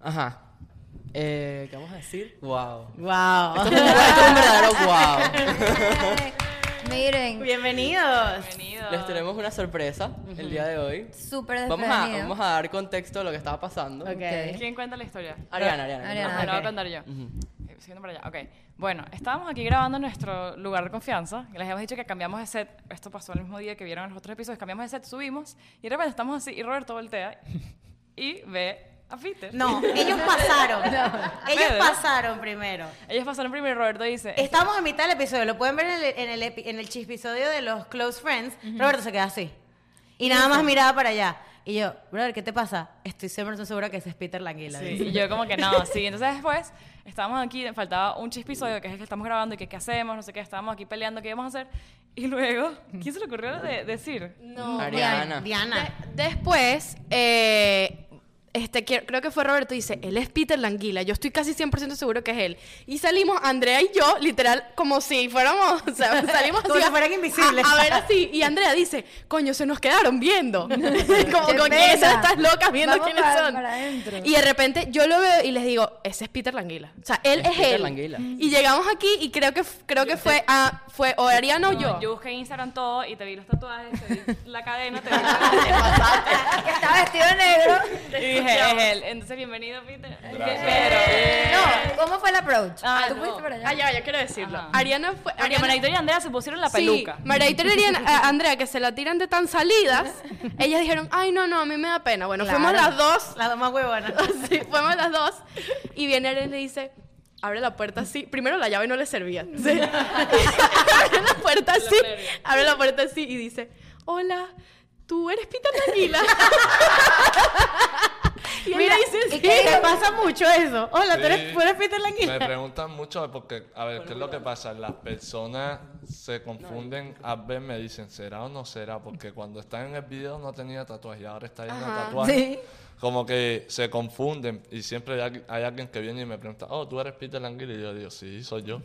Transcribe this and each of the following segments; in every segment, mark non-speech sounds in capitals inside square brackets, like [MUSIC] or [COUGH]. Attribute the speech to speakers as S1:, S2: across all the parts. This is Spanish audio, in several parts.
S1: Ajá. Eh, ¿Qué vamos a decir? Wow.
S2: ¡Wow!
S1: Esto es un, [LAUGHS] esto es un verdadero wow.
S3: [LAUGHS]
S2: [LAUGHS]
S3: Miren,
S2: Bienvenidos.
S4: Bienvenido.
S1: Les tenemos una sorpresa el día de hoy.
S3: súper
S1: Vamos a,
S3: desprevenido.
S1: vamos a dar contexto de lo que estaba pasando.
S2: Ok.
S4: ¿Quién cuenta la historia?
S1: Ariana, Ariana.
S3: Ariana.
S4: Ah,
S3: ok.
S4: la voy a contar yo.
S1: Ujú.
S4: Eh, Siguiendo para allá. Ok. Bueno, estábamos aquí grabando en nuestro lugar de confianza. y Les habíamos dicho que cambiamos de set. Esto pasó el mismo día que vieron los otros episodios. Cambiamos de set, subimos. Y de repente estamos así. Y Roberto voltea y ve a Peter.
S2: No, ellos pasaron. Ellos
S4: Pedro.
S2: pasaron primero.
S4: Ellos pasaron primero y Roberto dice. "Este
S2: Estamos en mitad del episodio, lo pueden ver en el, en el, epi- en el chispisodio de los Close Friends. Roberto se queda así. Y nada más miraba para allá. Y yo, brother, ¿qué te pasa? Estoy siempre segura que ese es Peter Languila.
S4: Sí, y yo como que no, sí. Entonces después estábamos aquí, faltaba un chispisodio, que es el que estamos grabando y que qué hacemos, no sé qué, estábamos aquí peleando, qué íbamos a hacer. Y luego, ¿quién se le ocurrió de decir?
S5: No,
S1: Ariana.
S2: Diana.
S5: De- después, eh, este, que- creo que fue Roberto, dice, él es Peter Languila, yo estoy casi 100% seguro que es él. Y salimos, Andrea y yo, literal, como si fuéramos, o sea, salimos
S2: Como
S5: así
S2: si
S5: a-
S2: fueran invisibles.
S5: A, a ver así, y Andrea dice, coño, se nos quedaron viendo. [LAUGHS] como
S3: Qué pena.
S5: con quiénes son estas locas viendo
S3: Vamos
S5: quiénes
S3: para-
S5: son.
S3: para adentro.
S5: y de repente yo lo veo y les digo, ese es Peter Languila. O sea, él
S1: Es
S5: es,
S1: Peter
S5: él.
S1: Languila.
S5: Y llegamos aquí y creo que f- creo que fue ah, fue o Ariana o yo.
S4: Yo busqué en Instagram todo y te vi los tatuajes, te vi la cadena, te vi
S2: [LAUGHS]
S3: Que está vestido de negro.
S4: [LAUGHS] Y dije, es él. Entonces, bienvenido, Peter.
S6: Gracias.
S3: No, ¿cómo fue el approach?
S4: Ah,
S3: eh, ¿Tú
S4: no.
S3: fuiste para allá?
S5: Ah, ya, ya quiero decirlo.
S4: Ajá.
S5: Ariana fue.
S4: Porque
S5: Ariana-
S4: María Victoria y Andrea se pusieron la
S5: Sí,
S4: peluca.
S5: María Victoria y Ariana- a- Andrea, que se la tiran de
S2: [LAUGHS]
S5: tan salidas, ellas dijeron, ay, no, no, a mí me da pena. Bueno,
S3: Claro.
S5: fuimos las dos. [LAUGHS]
S2: La más huevona.
S5: Sí, fuimos las dos. Y viene Ariana y le dice, abre la puerta así. Primero la llave no le servía. Sí.
S2: [LAUGHS]
S5: abre la puerta así. Abre la puerta así y dice, hola, tú eres Peter
S2: [LAUGHS]
S5: Tranquila. y él
S2: Mira,
S5: le dice,
S2: y
S5: sí.
S2: que te pasa mucho eso. Hola, tú,
S6: Sí.
S2: eres, tú eres Peter
S6: Me
S2: Languila.
S6: preguntan mucho porque, a ver, ¿qué es lo que pasa? Las personas se confunden, a ver, me dicen, ¿será o no será? Porque cuando están en el video no tenía tatuaje y ahora está lleno de tatuaje.
S3: Sí.
S6: Como que se confunden y siempre hay, alguien- hay alguien que viene y me pregunta, oh, ¿tú eres Peter Languila? Y yo digo, sí, soy yo.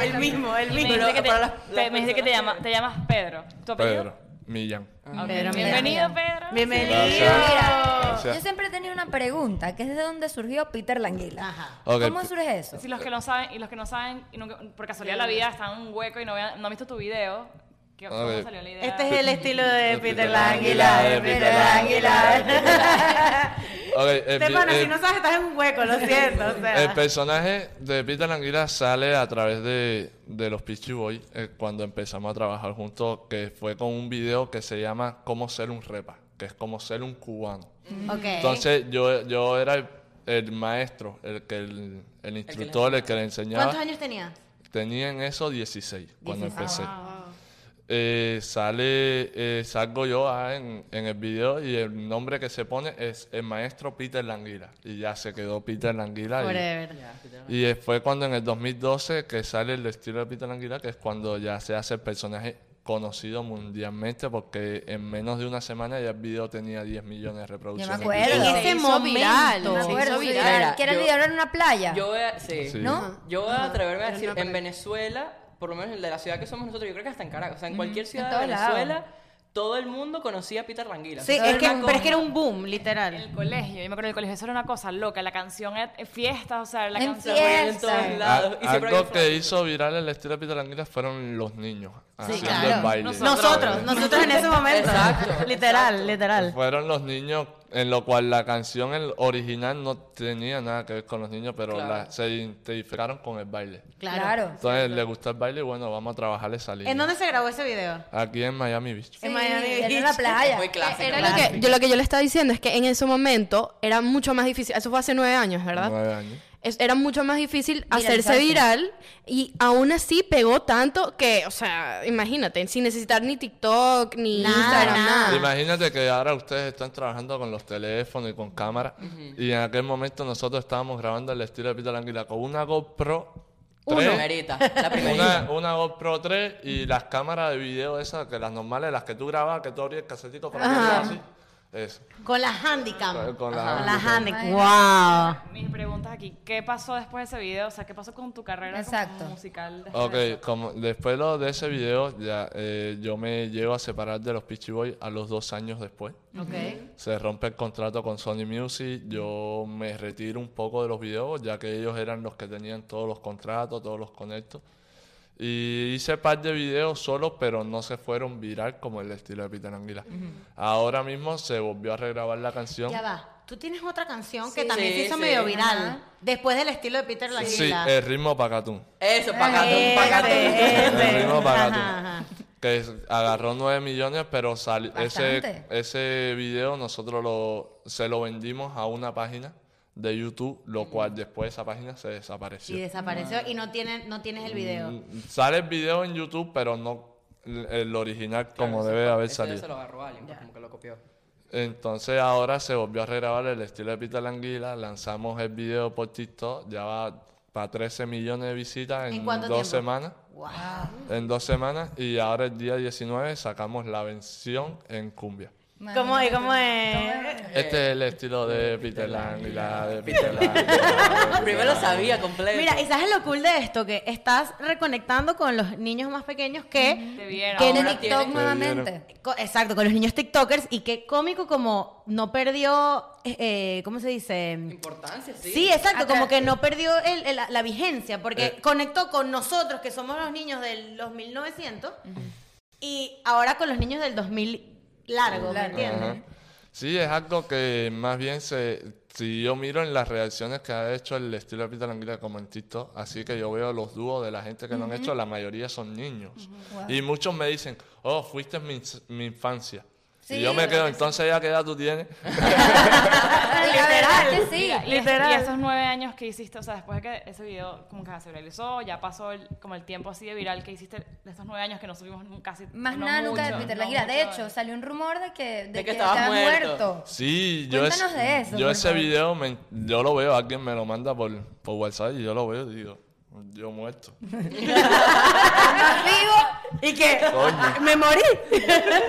S2: El mismo, el
S4: Me
S2: mismo.
S4: dijiste que, te,
S1: para las-
S4: te-
S1: las
S4: me dijiste que te, llama- te llamas Pedro. ¿Tu apellido?
S6: Pedro, Millán.
S4: Ok,
S2: Pedro,
S4: Bienvenido, Pedro.
S2: Bienvenido.
S6: Gracias.
S2: Ah.
S3: Mira,
S6: Gracias.
S3: yo siempre he tenido una pregunta, que es de dónde surgió Peter Languila.
S2: Ajá.
S6: Ok.
S3: ¿Cómo surge eso?
S4: Si los que no saben y los que no saben, y nunca- por casualidad la vida están en un hueco y no, vean- no han visto tu video, ¿qué, ¿cómo
S6: Ok.
S4: salió la idea?
S2: Este es el estilo de
S6: De
S2: Peter
S6: Peter
S2: Languila.
S6: Languila,
S2: De
S6: de
S2: Peter
S6: Peter Languila, de Peter
S2: [LAUGHS] Languila.
S6: Ok, el vi-
S2: Stefano, si
S6: el-
S2: no sabes, estás en un hueco, lo siento. O sea.
S6: El personaje de Peter Languila sale a través de, de los Peachy Boys eh, cuando empezamos a trabajar juntos, que fue con un video que se llama Cómo ser un repa, que es como ser un cubano.
S2: Ok.
S6: Entonces yo, yo era el, el maestro, el que el, el instructor, el que le enseñaba.
S2: ¿Cuántos años Ah, tenías?
S6: Tenía en eso 16 cuando
S2: 16.
S6: empecé. Eh, sale, eh, salgo yo ah, en, en el video y el nombre que se pone es el maestro Peter Languila. Y ya se quedó Peter Languila. y-
S2: Forever.
S6: y eh, fue cuando en el 2012 que sale el estilo de Peter Languila, que es cuando ya se hace el personaje conocido mundialmente, porque en menos de una semana ya el video tenía 10 millones de
S3: Yo
S6: reproducciones.
S3: me acuerdo.
S2: En
S5: Se
S2: ese
S5: hizo
S2: momento.
S5: viral,
S3: Me
S5: se
S3: acuerdo,
S5: hizo
S3: sí,
S5: viral.
S3: era-
S1: Mira,
S3: que era el
S1: yo-
S3: video era en una playa.
S1: Yo voy a, sí.
S6: Sí.
S3: ¿No?
S1: Yo voy a atreverme a
S5: Era
S1: decir,
S5: una
S1: en
S5: pared.
S1: Venezuela, por lo menos el de la ciudad que somos nosotros, yo creo que hasta en Caracas, o sea, en cualquier ciudad de
S3: todos lados.
S1: Venezuela, todo el mundo conocía a Peter Languila.
S2: Sí,
S3: Todo
S2: es
S3: el
S2: que,
S3: mundo.
S2: pero es que era un boom, literal.
S4: El colegio, yo me acuerdo del colegio, eso era una cosa loca, la canción era- eh, fiestas, o sea, la
S3: En
S4: canción
S3: fiestas.
S1: en todos
S3: Yes.
S6: A-
S1: lados. y siempre había
S6: algo
S1: un
S6: que hizo viral el estilo de Peter Languila fueron los niños haciendo
S2: claro.
S6: el baile.
S2: Nosotros, nosotros en ese momento.
S1: Exacto,
S2: [LAUGHS] Literal,
S1: exacto.
S2: literal.
S6: Fueron los niños, en lo cual la canción el original no tenía nada que ver con los niños, pero
S1: Claro.
S6: la- se identificaron con el baile.
S3: claro.
S6: Entonces le gustó el baile y bueno, vamos a trabajar esa línea.
S2: ¿En dónde se grabó ese video?
S6: Aquí en Miami Beach.
S3: Sí,
S2: En Miami
S3: era en
S2: Beach.
S3: la playa.
S1: Muy clásico.
S5: Era lo que, yo, lo que yo le estaba diciendo es que en ese momento era mucho más difícil, eso fue hace nueve años, ¿verdad?
S6: Nueve años.
S5: Es- era mucho más difícil hacerse
S3: Viralizarse.
S5: viral y aún así pegó tanto que, o sea, imagínate, sin necesitar ni TikTok, ni
S2: Nada,
S5: Instagram,
S2: nada.
S5: Ah, nada.
S6: Imagínate que ahora ustedes están trabajando con los teléfonos y con cámaras. Y en aquel momento nosotros estábamos grabando el estilo de Peter Anguila con una GoPro
S1: La
S6: 3.
S1: primerita, la primerita.
S6: Una, una GoPro 3 y las cámaras de video esas, que las normales, las que tú grabas, que tú abrías el casetico para que veas así. Eso.
S2: Con la handicam.
S6: Con la
S2: Ajá.
S6: handicam.
S2: handi- Wow.
S4: Mis preguntas aquí, ¿qué pasó después de ese video? O sea, ¿qué pasó con tu carrera como
S3: Exacto.
S4: musical? después de
S6: Ok,
S4: eso?
S6: como después lo de ese video, ya eh, yo me llego a separar de los Peachy Boys a los dos años después.
S2: Ok.
S6: Se rompe el contrato con Sony Music, yo me retiro un poco de los videos, ya que ellos eran los que tenían todos los contratos, todos los conectos. Y hice par de videos solo, pero no se fueron viral como el estilo de Peter Anguila. Ahora mismo se volvió a regrabar la canción.
S2: Ya va. Tú tienes otra canción que también
S1: Sí,
S2: se hizo
S1: sí.
S2: medio viral.
S3: Ajá.
S2: Después del estilo de Peter
S6: Sí,
S2: Languila.
S6: el ritmo Pacatún.
S1: Eso,
S2: Este,
S1: pacatón, pacatón.
S6: El ritmo Pacatún.
S2: Ajá, ajá.
S6: Que es- agarró 9 millones, pero sali- ese,
S3: Bastante.
S6: ese video nosotros lo, se lo vendimos a una página de YouTube, lo cual después esa página se desapareció.
S2: Y desapareció y no, tiene, no tienes el video.
S6: Mm, Sale el video en YouTube, pero no el el original como debe haber
S1: Ese ya Este se
S6: salido.
S1: lo agarró alguien, pues, como que lo copió.
S6: Entonces ahora se volvió a regrabar el estilo de Peter Languila, lanzamos el video por TikTok, ya va para 13 millones de visitas
S2: ¿En
S6: en, dos
S2: cuánto tiempo?
S6: semanas.
S2: Wow.
S6: En dos semanas y ahora el día 19 sacamos la versión en cumbia.
S2: ¿Cómo es? ¿Cómo
S3: Eh.
S2: es?
S6: Este es el estilo de Peter Lang y la de Peter
S3: [LAUGHS]
S1: [LAUGHS]
S6: Lang.
S1: Primero lo sabía completo.
S2: Ah, Mira, y sabes lo cool de esto, que estás reconectando con los niños más pequeños que...
S4: Te vieron.
S3: ¿Tiene
S1: Ahora
S3: TikTok
S1: tiene-
S3: nuevamente?
S2: co- Exacto, con los niños TikTokers y qué cómico como no perdió, eh, ¿cómo se dice?
S1: Importancia, sí.
S2: Sí, exacto,
S3: Atrás.
S2: como que no perdió el- el- la, la vigencia, porque
S6: Eh.
S2: conectó con nosotros, que somos los niños de los 1900, y ahora con los niños del 2000 largo, ¿me entiendes?
S6: Ajá. Sí, es algo que más bien se... Si yo miro en las reacciones que ha hecho el estilo de Peter Languila como en TikTok, así que yo veo los dúos de la gente que lo han hecho, la mayoría son niños.
S3: Wow.
S6: Y muchos me dicen, oh, fuiste mi, ins- mi infancia.
S3: Sí,
S6: y yo me
S3: lo
S6: quedo,
S3: que sí.
S6: entonces ya qué edad tú tienes.
S3: Y Ah, la verdad es que sí.
S4: Mira, y es-
S5: Literal.
S4: Y esos nueve años que hiciste, o sea, después de que ese video como que se viralizó, ya pasó el- como el tiempo así de viral que hiciste de estos nueve años que no subimos nun- casi.
S3: Más
S4: no
S3: nada nunca
S4: mucho,
S3: de Peter
S4: no
S3: Languila. De
S4: mucho. eh.
S3: hecho, salió un rumor de que, de
S1: que estabas muerto.
S3: [LAUGHS]
S6: Sí, yo, es-
S3: Cuéntanos de eso,
S6: yo
S3: por
S6: ese
S3: favor.
S6: video, me- yo lo veo, alguien me lo manda por, por WhatsApp y yo lo veo y digo, yo muerto.
S3: [LAUGHS] Más vivo.
S2: Y que [LAUGHS]
S6: Coño.
S2: me morí.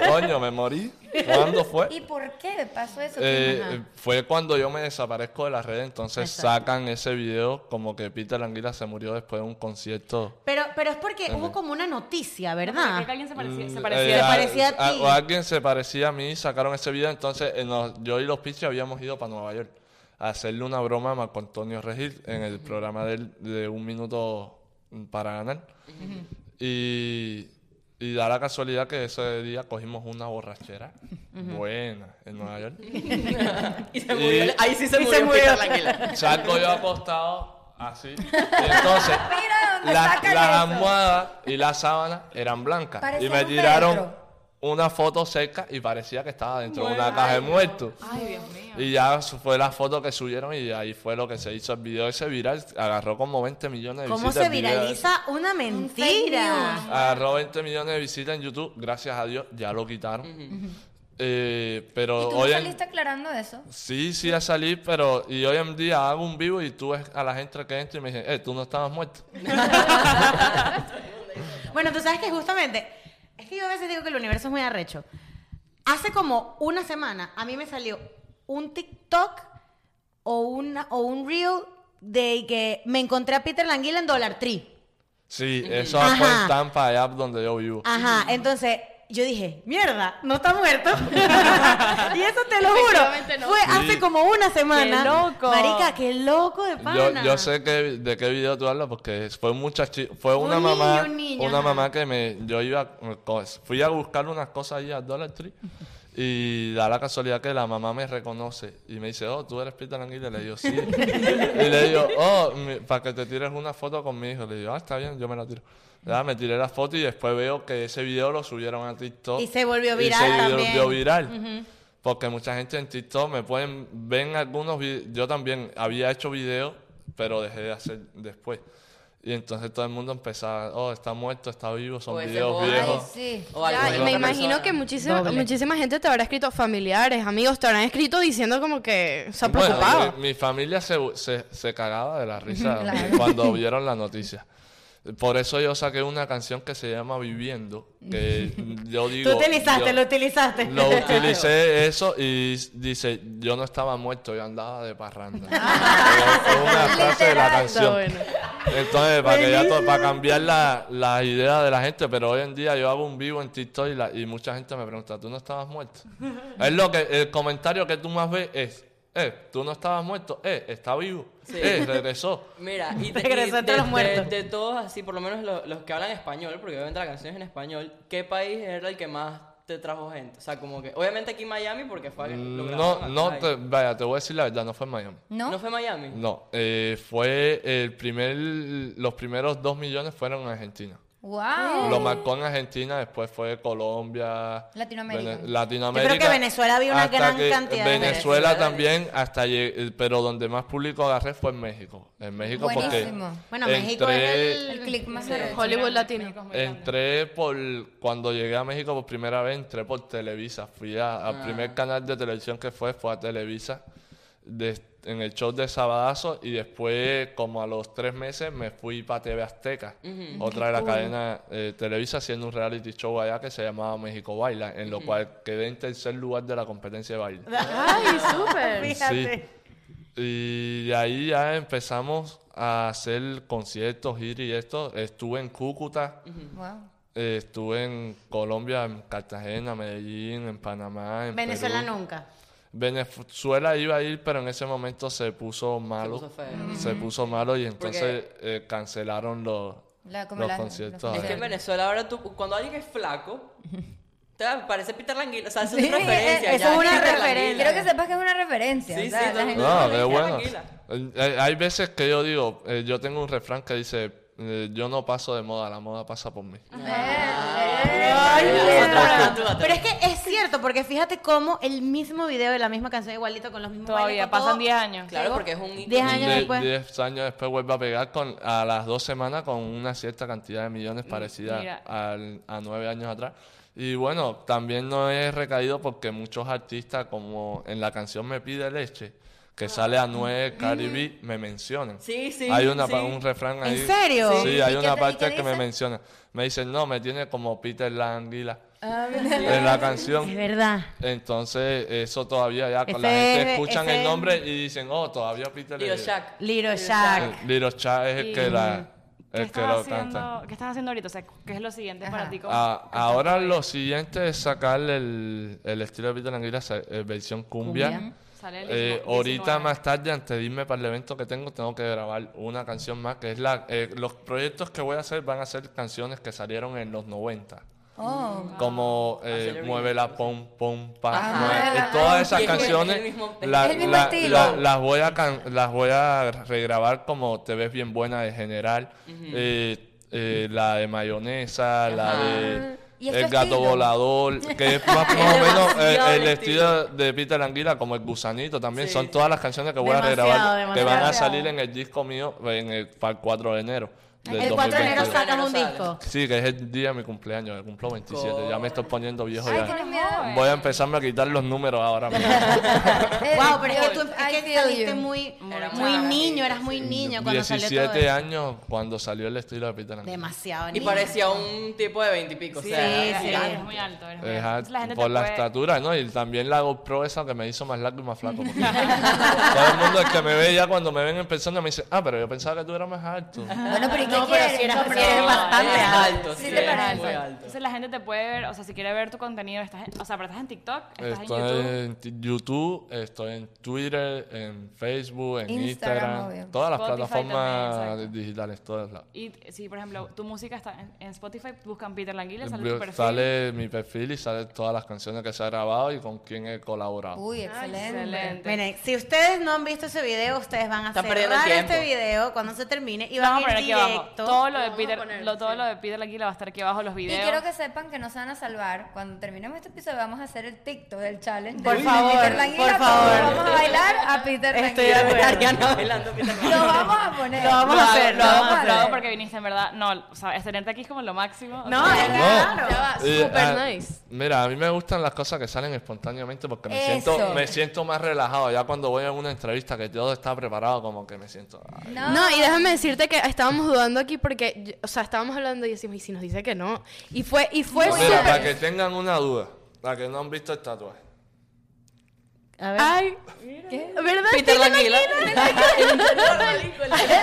S6: Coño, me morí. ¿Cuándo fue?
S3: [LAUGHS] ¿Y por qué pasó eso?
S6: Eh, fue cuando yo me desaparezco de la red, entonces sacan ese video como que Peter Anguila se murió después de un concierto.
S2: Pero, pero es porque hubo como una noticia,
S4: Creo que
S2: ¿verdad?
S4: alguien se parecía. Se
S6: Mm,
S4: parecía.
S6: eh,
S2: Se parecía a ti.
S6: o alguien se parecía a mí, sacaron ese video, entonces eh, nos- yo y los Pichis habíamos ido para Nueva York a hacerle una broma a Marco Antonio Regil en el programa del- de Un Minuto mm, para Ganar. Y, y da la casualidad que ese día cogimos una borrachera buena en Nueva
S2: [LAUGHS]
S6: York.
S1: Y se murió.
S6: Y-
S1: Ahí sí se
S2: y
S1: murió.
S2: se murió.
S1: Peter Languila.
S6: Salgo yo acostado así. Y entonces,
S3: Mira dónde
S6: la-
S3: sacan
S6: las
S3: eso.
S6: almohadas y las sábanas eran blancas.
S3: Parecía
S6: y me
S3: un
S6: tiraron
S3: féretro.
S6: una foto cerca y parecía que estaba dentro de una caja de muertos.
S4: Ay, Dios mío.
S6: Y ya su- fue la foto que subieron y ahí fue lo que se hizo el video ese viral. Agarró como 20 millones de
S2: ¿Cómo
S6: visitas.
S2: se
S6: el video ese.
S2: viraliza una mentira?
S6: Agarró 20 millones de visitas en YouTube. Gracias a Dios, ya lo quitaron. Eh, pero
S3: ¿Y tú no
S6: hoy en-
S3: saliste aclarando eso?
S6: Sí, sí, a salir, pero y hoy en día hago un vivo y tú ves a la gente que entra y me dicen, eh, tú no estabas muerto.
S2: Bueno, tú sabes que justamente, es que yo a veces digo que el universo es muy arrecho. Hace como una semana a mí me salió un TikTok o, una, o un reel de que me encontré a Peter Languila en Dollar Tree.
S6: Sí, eso
S2: Ajá. Ah,
S6: fue en Tampa, allá donde yo vivo.
S2: Ajá, entonces yo dije, mierda, no está muerto. y eso te lo juro.
S5: Efectivamente no.
S2: Fue hace
S6: Sí.
S2: como una semana.
S4: Qué loco.
S2: Marica, qué loco de
S6: Yo,
S2: pana.
S6: yo sé que, de qué video tú hablas porque fue mucha chi- fue una
S2: Un niño,
S6: mamá,
S2: un niño,
S6: una
S2: ajá.
S6: mamá que me yo iba co- fui a buscar unas cosas ahí al Dollar
S2: [LAUGHS]
S6: Tree y da la casualidad que la mamá me reconoce y me dice, "Oh, tú eres Peter Anguila." Le
S2: [LAUGHS]
S6: digo, "Sí." y le digo, "Oh, mi- para que te tires una foto con mi hijo." Le digo, "Ah, está bien, yo me la tiro." Ya, me tiré la foto y después veo que ese video lo subieron a TikTok.
S2: Y se volvió
S6: Y
S2: viral
S6: se
S2: también.
S6: volvió viral. Porque mucha gente en TikTok me pueden ven algunos vi- yo también había hecho videos, pero dejé de hacer después. Y entonces todo el mundo empezaba, oh, está muerto, está vivo, son
S1: O
S2: Pues,
S1: ese
S6: videos
S1: bobo.
S6: viejos.
S3: Ay, sí.
S1: O algo
S5: Ya,
S1: de
S5: y me
S1: otra
S5: imagino
S1: persona.
S5: que muchísima, muchísima gente te habrá escrito, familiares, amigos, te habrán escrito diciendo como que se ha
S6: Bueno,
S5: preocupado.
S2: [LAUGHS]
S6: mi, mi familia se, se, se cagaba de la risa
S3: Claro.
S6: cuando vieron la noticia. Por eso yo saqué una canción que se llama Viviendo,
S2: [LAUGHS]
S6: que yo digo...
S2: Tú utilizaste,
S6: yo-
S2: lo utilizaste.
S1: [LAUGHS]
S2: [LAUGHS]
S6: lo utilicé eso y dice, yo no estaba muerto, yo andaba de parranda.
S1: Ah.
S6: es una
S1: [LAUGHS]
S6: frase de la
S3: Literal.
S6: canción.
S5: Está bueno.
S6: Entonces, para, que ya to- para cambiar la- las ideas de la gente, pero hoy en día yo hago un vivo en TikTok y, la- y mucha gente me pregunta, ¿tú no
S1: [LAUGHS]
S6: estabas muerto? es lo que, el comentario que tú más ves es, eh, tú no estabas muerto, eh, está vivo,
S1: Sí.
S6: eh, regresó.
S1: Mira, y, de,
S2: Regresó
S1: y de-
S2: entre los
S1: de-
S2: muertos.
S1: de todos así, por lo menos lo- los, que hablan español, porque obviamente la canción es en español, ¿qué país era el que más te trajo gente? O sea, como que, obviamente aquí Miami, porque fue... que [LAUGHS] lo
S6: Mm, No,
S1: grabaron
S6: no,
S1: acá.
S6: te- vaya, te voy a decir la verdad, no fue en Miami.
S3: ¿No?
S1: ¿No fue Miami?
S6: No, eh, fue el primer, los primeros dos millones fueron en Argentina.
S3: ¡Wow!
S6: Lo marcó en Argentina, después fue Colombia.
S3: Latinoamérica.
S6: Vene- Latinoamérica.
S2: Yo creo que Venezuela había una
S6: hasta
S2: gran
S6: que
S2: cantidad de
S6: Venezuela
S1: venezolanos.
S6: también, hasta lleg- pero donde más público agarré fue en México. En México
S3: Buenísimo.
S6: porque.
S2: Bueno, México
S6: entré-
S2: es
S3: El click más cerrado.
S5: Hollywood latino.
S6: Entré por. Cuando llegué a México por primera vez, entré por Televisa. Fui a- al primer canal de televisión que fue, fue a Televisa. de- en el show de Sabadazo. Y después, como a los tres meses, me fui para TV Azteca. Otra de la cadena eh, Televisa, haciendo un reality show allá que se llamaba México Baila. En lo cual quedé en tercer lugar de la competencia de baile.
S5: Ay, súper.
S2: Fíjate.
S6: Y de ahí ya empezamos a hacer conciertos, ir y esto. Estuve en Cúcuta.
S3: Wow.
S6: Eh, estuve en Colombia, en Cartagena, Medellín, en Panamá, en
S2: Venezuela
S6: Perú.
S2: nunca.
S6: Venezuela iba a ir, pero en ese momento se puso malo.
S1: puso feo.
S6: Se puso malo y entonces eh, cancelaron los,
S3: La- como
S6: los
S3: la-
S6: conciertos.
S3: los
S1: Es que
S6: allá.
S1: en Venezuela ahora tú, cuando alguien es flaco,
S2: [LAUGHS]
S1: te parece Peter Languila, o sea, eso
S3: Sí,
S1: es una referencia.
S2: eso
S1: ya,
S2: es una
S1: Peter
S2: referencia.
S1: Languila.
S3: Quiero que sepas que es una referencia.
S1: Sí,
S3: o sea,
S1: sí,
S3: la
S1: no,
S3: gente-
S1: no.
S6: No,
S1: Venezuela,
S6: qué bueno.
S1: tranquila.
S6: Eh, Hay veces que yo digo, eh, yo tengo un refrán que dice, eh, yo no paso de moda, la moda pasa por mí.
S2: Ah.
S1: Ay, otra, otra, otra.
S2: Pero es que es cierto, porque fíjate cómo el mismo video de la misma canción igualito con los mismos
S4: Todavía
S2: bailes, con
S4: pasan
S2: todo,
S4: 10 años.
S1: Claro, porque es un...
S2: Diez años
S6: De-
S2: después.
S6: diez años después vuelve a pegar con, a las dos semanas con una cierta cantidad de millones parecida
S4: mira.
S6: al- a nueve años atrás. Y bueno, también no es recaído porque muchos artistas, como en la canción Me Pide Leche, que sale a nueve Caribe, me mencionan.
S1: Sí, sí,
S6: Hay una,
S1: sí.
S6: pa- un refrán ahí.
S2: serio?
S6: Sí,
S3: ¿Y
S6: hay
S3: qué
S6: una
S3: te- y
S6: parte
S3: qué
S6: que me
S3: dice?
S6: menciona. Me dicen, no, me tiene como Peter la anguila en la
S2: [LAUGHS]
S6: canción.
S2: Es verdad.
S6: Entonces, eso todavía ya con la
S2: Ese
S6: gente
S2: es-
S6: escuchan
S2: ese
S6: el
S2: es-
S6: nombre y dicen, oh, todavía Peter
S1: Little
S6: le-
S1: Shaq.
S2: Little Shaq.
S6: el Little Chat es el
S4: Y-
S6: que, la,
S4: ¿Qué
S6: el que
S4: estás,
S6: lo canta.
S4: haciendo, ¿Qué estás haciendo ahorita? O sea, ¿qué es lo siguiente
S3: Ajá.
S4: para ti? como-
S6: Ah, ahora lo siguiente es sacar el, el estilo de Peter Anguila, sa- eh, versión cumbia.
S2: Cumbia.
S4: Sale el
S6: Eh,
S4: 19
S6: ahorita
S4: años.
S6: más tarde, antes de irme para el evento que tengo, tengo que grabar una canción más, que es la... eh, los proyectos que voy a hacer van a ser canciones que salieron en los 90.
S3: Oh.
S6: Como eh,
S1: Hacer el
S6: Mueve la pom pom pa.
S1: Ajá.
S6: mueve- eh,
S3: Ah,
S6: todas esas
S1: y es el-
S6: canciones
S1: el mismo-
S6: la-
S3: el mismo
S6: la-
S3: estilo.
S6: la- las, voy a can- las voy a regrabar como Te ves bien buena de general. eh, eh, la de mayonesa, la de
S3: ¿Y es
S6: el
S3: tu
S6: gato
S3: estilo?
S6: volador, que es más, más o menos eh,
S1: Demasiado
S6: el,
S1: el
S6: estilo de Peter Anguila, como el gusanito también.
S1: Sí,
S6: Son
S1: sí.
S6: todas las canciones que voy
S2: Demasiado,
S6: a regrabar que van a
S3: demasiado.
S6: salir en el disco mío en el, para el 4 de enero. del
S2: El 4 de enero
S6: 2022.
S1: sale.
S2: sacas un
S1: Sale.
S2: disco.
S6: Sí, que es el día de mi cumpleaños, que cumplo 27. Ya me estoy poniendo viejo
S3: Ay,
S6: ya.
S3: tienes miedo.
S6: Voy a empezarme a quitar los números ahora mismo.
S2: Wow, pero es que tú es
S3: I
S2: que
S3: feel
S2: saliste
S3: you.
S2: muy,
S1: Era muy
S2: muy niño, eras muy niño cuando salió todo
S6: 17
S2: eso.
S6: años cuando salió el estilo de Peter Anguila.
S2: Demasiado
S1: Y
S2: niño.
S1: parecía un tipo de veintipico, o sea...
S2: Sí,
S4: Eres
S2: sí.
S4: alto, eres muy alto. eres muy alto.
S6: Ajá,
S4: Entonces la gente te
S6: por la
S4: puede-
S6: estatura, ¿no? Y también la GoPro esa que me hizo más largo y más
S4: [LAUGHS]
S6: flaco. porque todo el mundo el que me ve ya cuando me ven en persona me dice, ah, pero yo pensaba que tú eras más alto.
S3: Bueno, pero ¿y qué
S2: No, pero
S3: quieres?
S2: sí eras-
S3: No,
S2: sí
S3: pero-
S2: eres bastante
S1: es
S2: alto.
S1: alto,
S3: Sí,
S1: sí,
S3: te
S1: es
S3: parece.
S1: muy alto.
S4: Entonces la gente te puede ver, o sea, si quiere ver tu contenido, estás en- o sea, pero estás en TikTok, estás en
S6: Estoy
S4: YouTube.
S6: en ti- YouTube, estoy en Twitter, en Facebook, en
S3: Instagram,
S6: Instagram,
S3: obvio.
S6: todas las
S4: Spotify
S6: plataformas
S4: también, exacto.
S6: digitales, todas las.
S4: Y si, por ejemplo, tu música está en, en Spotify, buscan Peter Languila, sale tu
S6: Veo- Sale,
S4: perfil.
S6: mi perfil y sale todas las canciones que se ha grabado y con quién he colaborado.
S3: Uy, excelente.
S4: Excelente.
S2: Miren, si ustedes no han visto ese video, ustedes van a
S1: Están
S2: cerrar
S1: perdiendo el tiempo.
S2: este video cuando se termine y van
S4: Vamos a
S2: a
S4: poner
S2: ir
S4: aquí abajo.
S2: directo.
S4: Todo lo de
S5: vamos a
S4: Peter,
S5: poner,
S4: lo, todo
S5: sí.
S4: lo de Peter Languila va a estar aquí abajo en los videos.
S3: Y quiero que sepan que no se van a salvar. Cuando terminemos este episodio vamos a hacer el TikTok del challenge.
S2: Por
S3: de
S2: favor,
S3: Peter
S2: por
S3: Languila, todos
S2: favor.
S3: Vamos a bailar a Peter
S2: Estoy de
S3: Languila.
S2: acuerdo.
S1: Ariana bailando Peter Languila.
S3: Lo vamos a poner.
S2: Lo vamos a
S4: hago,
S2: hacer,
S4: Lo
S2: lo
S4: hago,
S2: vamos a
S4: lo hago
S2: hacer.
S4: porque viniste, en verdad. No, o sea, tenerte aquí es como lo máximo. o
S2: No,
S4: sea,
S2: es
S6: No.
S2: claro.
S5: Ya va,
S6: Eh,
S5: súper
S6: ah,
S5: nice.
S6: Mira, a mí me gustan las cosas que salen espontáneamente porque me
S3: Eso.
S6: siento me siento más relajado. Ya cuando voy a una entrevista que todo está preparado, como que me siento. ah. ay,
S3: No,
S5: No, y déjame decirte que estábamos hablando aquí porque, yo- o sea, estábamos hablando y decimos, ¿y si nos dice que no? Y fue, y fue
S6: Mira, para
S5: súper...
S6: que tengan una duda, para que no han visto el tatuaje.
S2: A ver.
S5: Ay, ¿verdad?
S1: Peter
S5: Tiene
S1: Languila.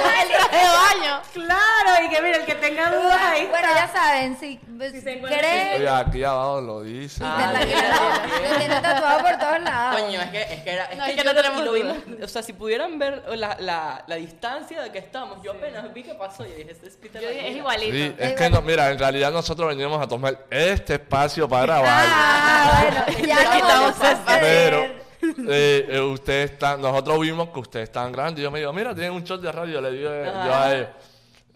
S5: baño.
S2: Claro, y que mira, el que tenga dudas ahí.
S3: Bueno, ya saben, si, pues,
S2: se encuentra-
S3: creen...
S6: Oye, aquí abajo lo dice.
S1: Ah,
S3: Peter Languila, Lo tiene tatuado por todos lados.
S1: Coño, es que, es que era. Es
S5: No,
S1: que
S5: es que
S1: yo
S5: no tenemos
S1: lo
S5: duda.
S1: vimos- O sea, si pudieran ver la, la, la distancia de que estamos, yo apenas vi que pasó y dije, este es Peter Languila.
S4: Es igualito.
S6: Sí, es que no, mira, en realidad nosotros venimos a tomar este espacio para grabar.
S3: Ah, bueno, ya como
S5: quitamos
S3: para
S5: esa
S6: Pero
S3: ver.
S6: eh, eh, ustedes están, nosotros vimos que ustedes están grandes. Y yo me digo, mira, tienen un shot de radio. Le digo eh, yo a ellos.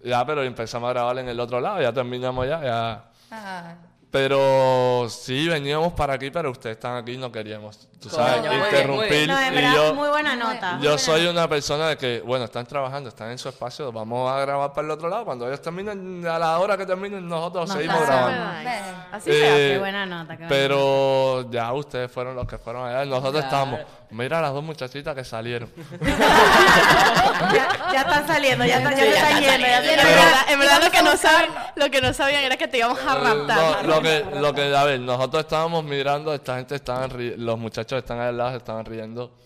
S6: Ya, pero empezamos a grabar en el otro lado, ya terminamos ya, ya.
S3: Ajá.
S6: Pero sí, veníamos para aquí, pero ustedes están aquí y no queríamos, tú
S1: Coño,
S6: sabes,
S1: muy bien, muy
S6: interrumpir.
S1: bien.
S2: No, en
S6: y
S2: verdad,
S6: yo,
S2: muy buena nota.
S6: yo soy una persona de que, bueno, están trabajando, están en su espacio, vamos a grabar para el otro lado. Cuando ellos terminen, a la hora que terminen, nosotros
S2: No,
S6: seguimos
S2: está
S6: grabando.
S2: verdad.
S3: Bueno.
S2: Así se hace,
S6: Eh,
S2: qué buena nota. qué buena
S6: Pero ya ustedes fueron los que fueron allá. Nosotros
S1: Claro.
S6: estábamos. Mira a las dos muchachitas que salieron.
S2: nota. ya, ya están saliendo, ya están,
S1: Sí,
S2: ya se
S1: ya
S2: están
S1: están
S2: yendo. Ya se
S5: En
S2: están
S6: Pero-
S5: verdad, en verdad lo que no saben, lo que no sabían era que te íbamos a
S6: Eh, No,
S5: raptar.
S6: lo que, lo que, a ver, nosotros estábamos mirando, esta gente estaban ri- los muchachos que están al lado se estaban riendo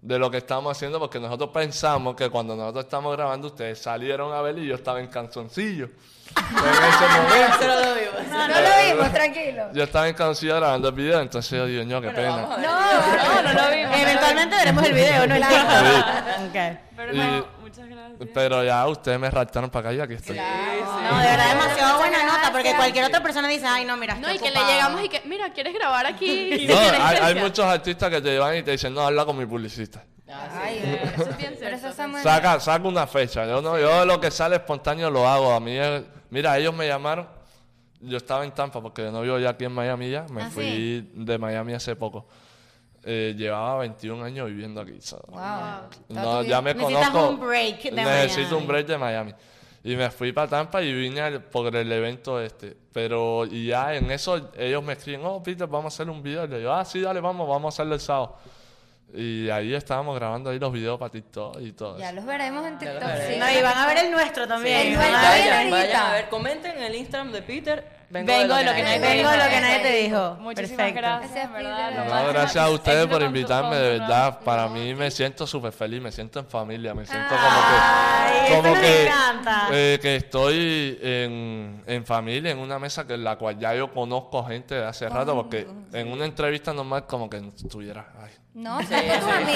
S6: de lo que estábamos haciendo porque nosotros pensamos que cuando nosotros estamos grabando ustedes salieron a ver y yo estaba en canzoncillo. en ese momento.
S1: Se lo doy, pues.
S3: No lo vimos, tranquilo.
S6: Yo estaba en canzoncillo grabando el video, entonces yo digo, ño, qué
S1: Pero vamos a
S6: pena.
S1: ver.
S4: No, no lo
S2: yendo.
S4: vimos.
S2: Eventualmente veremos el video, ¿no? El TikTok. Ok.
S4: Pero
S6: no,
S4: no, muchas gracias.
S6: Pero ya ustedes me raptaron para acá y aquí estoy.
S2: No, de verdad, demasiado
S3: Muchas
S2: buena nota,
S3: gracias.
S2: porque cualquier otra persona dice, ay, no, mira,
S5: No,
S2: estoy
S5: y que le
S2: ocupado".
S5: llegamos y que, mira, ¿quieres grabar aquí? [LAUGHS] Y
S6: No,
S5: tienes que
S6: hay, hay
S5: decir-
S6: muchos artistas que te llevan y te dicen, no, habla con mi publicista.
S3: Ay,
S5: Eso es bien
S3: Pero
S5: cierto.
S3: eso está muy
S6: Saca, saca una fecha. Yo, no, yo lo que sale espontáneo lo hago. A mí, es- mira, ellos me llamaron. Yo estaba en Tampa porque yo no vivo ya aquí en Miami ya. Me
S3: Ah,
S6: fui de Miami hace poco. Eh, llevaba 21 años viviendo aquí. so-
S3: Wow.
S6: No, ya me
S2: Necesitas
S6: conozco.
S2: un break de
S6: Necesito
S2: Miami.
S6: un break de Miami. Y me fui para Tampa y vine al- por el evento este. Pero y ya en eso ellos me escriben, oh, Peter, vamos a hacer un video. Y le digo, ah, sí, dale, vamos, vamos a hacerlo el sábado. Y ahí estábamos grabando ahí los videos para TikTok y todo.
S3: Ya
S6: eso.
S3: los veremos en TikTok.
S1: veremos.
S3: sí.
S2: No, y van a ver el nuestro también. van
S3: Sí,
S2: a ver-
S3: Está
S1: Vayan,
S3: bien,
S1: vayan
S3: ahorita.
S1: a ver, comenten en el Instagram de Peter.
S2: Vengo de lo que nadie te dijo.
S3: dijo.
S2: Vengo de lo que nadie te dijo.
S4: Muchísimas
S2: Perfecto.
S4: gracias,
S3: Gracias,
S4: en verdad.
S3: Fidel.
S4: lo
S6: No,
S4: máximo.
S6: gracias a ustedes
S4: Éxito
S6: por
S4: con tu
S6: invitarme, de
S4: podcast,
S6: verdad. Para mí me siento súper feliz, me siento en familia, me siento
S2: Ay,
S6: como que...
S2: eso Ah,
S6: Como
S2: me
S6: que,
S2: encanta.
S6: eh, que estoy en, en familia, en una mesa que en la cual ya yo conozco gente de hace rato, porque
S2: Oh,
S6: en una entrevista normal como que estuviera... Ay,
S3: No, son tus
S6: qué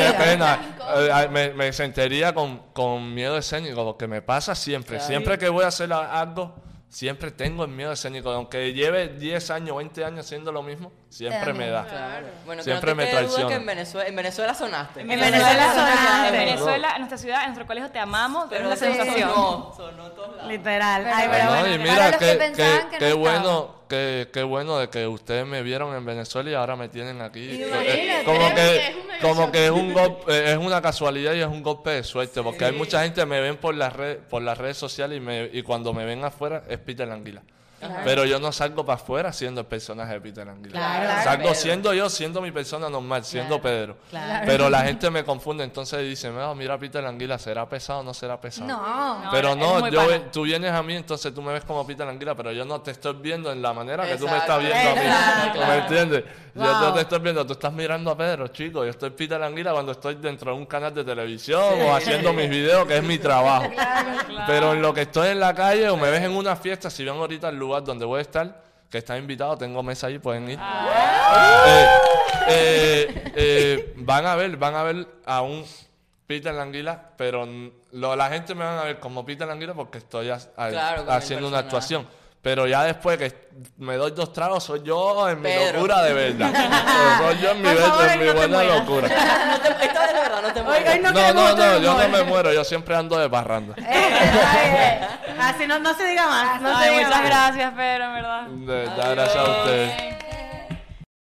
S3: amigas.
S6: pena. Eh, ay, me, me sentiría con, con miedo escénico, porque me pasa siempre. Siempre que voy a hacer a- algo, siempre tengo el miedo escénico. Aunque lleve 10 años, 20 años haciendo lo mismo, siempre me da.
S1: Bueno,
S6: Siempre
S1: que no
S6: me
S1: te quede duda
S6: traiciona.
S1: que en Venezuela, en Venezuela sonaste.
S2: En Venezuela
S4: En
S2: sonaste.
S4: Venezuela, en nuestra ciudad, en nuestro colegio, te amamos, pero es la
S1: Pero
S4: sensación.
S1: sonó, sonó todos lados.
S2: Literal.
S3: Pero
S2: Ay,
S6: Ay,
S2: pero
S6: no,
S2: bueno.
S6: y
S3: Para
S6: mira,
S3: los que
S6: qué,
S3: pensaban
S6: qué-
S3: que no
S6: qué bueno,
S3: estaba.
S6: qué, qué bueno de que ustedes me vieron en Venezuela y ahora me tienen aquí. Eh,
S5: Imagínate,
S6: como
S5: créeme
S6: que,
S5: que es un mega
S6: como
S5: shock.
S6: que es un golpe, eh, es una casualidad y es un golpe de suerte, porque hay mucha gente que me ven por las redes, por las redes sociales y, me- y cuando me ven afuera es Peter Anguila. Pero yo no salgo para afuera siendo el personaje de Peter Anguila.
S2: Claro.
S6: salgo
S1: Pedro.
S6: siendo yo, siendo mi persona normal, siendo Pedro.
S2: Claro.
S6: Pero la gente me confunde, entonces dicen, "Ah, mira Peter Anguila, ¿será pesado o no será pesado?
S3: No. [LAUGHS]
S6: Pero
S4: eres- eres
S6: no,
S4: muy
S6: yo,
S4: pana.
S6: tú vienes a mí, entonces tú me ves como Peter Anguila, pero yo no te estoy viendo en la manera que tú me
S1: Exacto.
S6: estás viendo a mí.
S1: Exacto,
S6: ¿Me
S1: claro.
S6: entiendes? Yo no
S2: Wow.
S6: te estoy viendo, tú estás mirando a Pedro, chico. Yo estoy Peter Anguila cuando estoy dentro de un canal de televisión o haciendo mis videos, que es mi trabajo. Pero en lo que estoy en la calle o me ves en una fiesta, si ven ahorita el lugar donde voy a estar, que está invitado, tengo mesa ahí, pueden ir. Eh, eh, eh, van a ver, van a ver a un Peter Languila, pero n- lo- la gente me van a ver como Peter Languila porque estoy ha- ha-
S1: Claro, con el
S6: haciendo una
S1: personaje.
S6: actuación. Pero ya después que me doy dos tragos, soy yo en mi
S1: Pedro.
S6: locura
S2: [LAUGHS]
S6: de verdad. soy yo en mi,
S2: Por
S6: ver-
S2: favor,
S6: en mi
S2: no te
S6: buena
S2: mueras.
S6: locura.
S1: No te, esta vez la verdad no te mueres.
S2: Hoy- hoy
S6: No,
S2: no
S6: no,
S2: queremos
S6: no,
S2: otro
S6: yo no
S2: rumor.
S6: me muero, yo siempre ando de parranda.
S3: Eh,
S2: [LAUGHS] Así no, no se diga más. No se
S4: Ay,
S2: diga
S4: muchas
S2: más.
S4: gracias, Pedro, en verdad.
S6: De verdad, gracias a ustedes.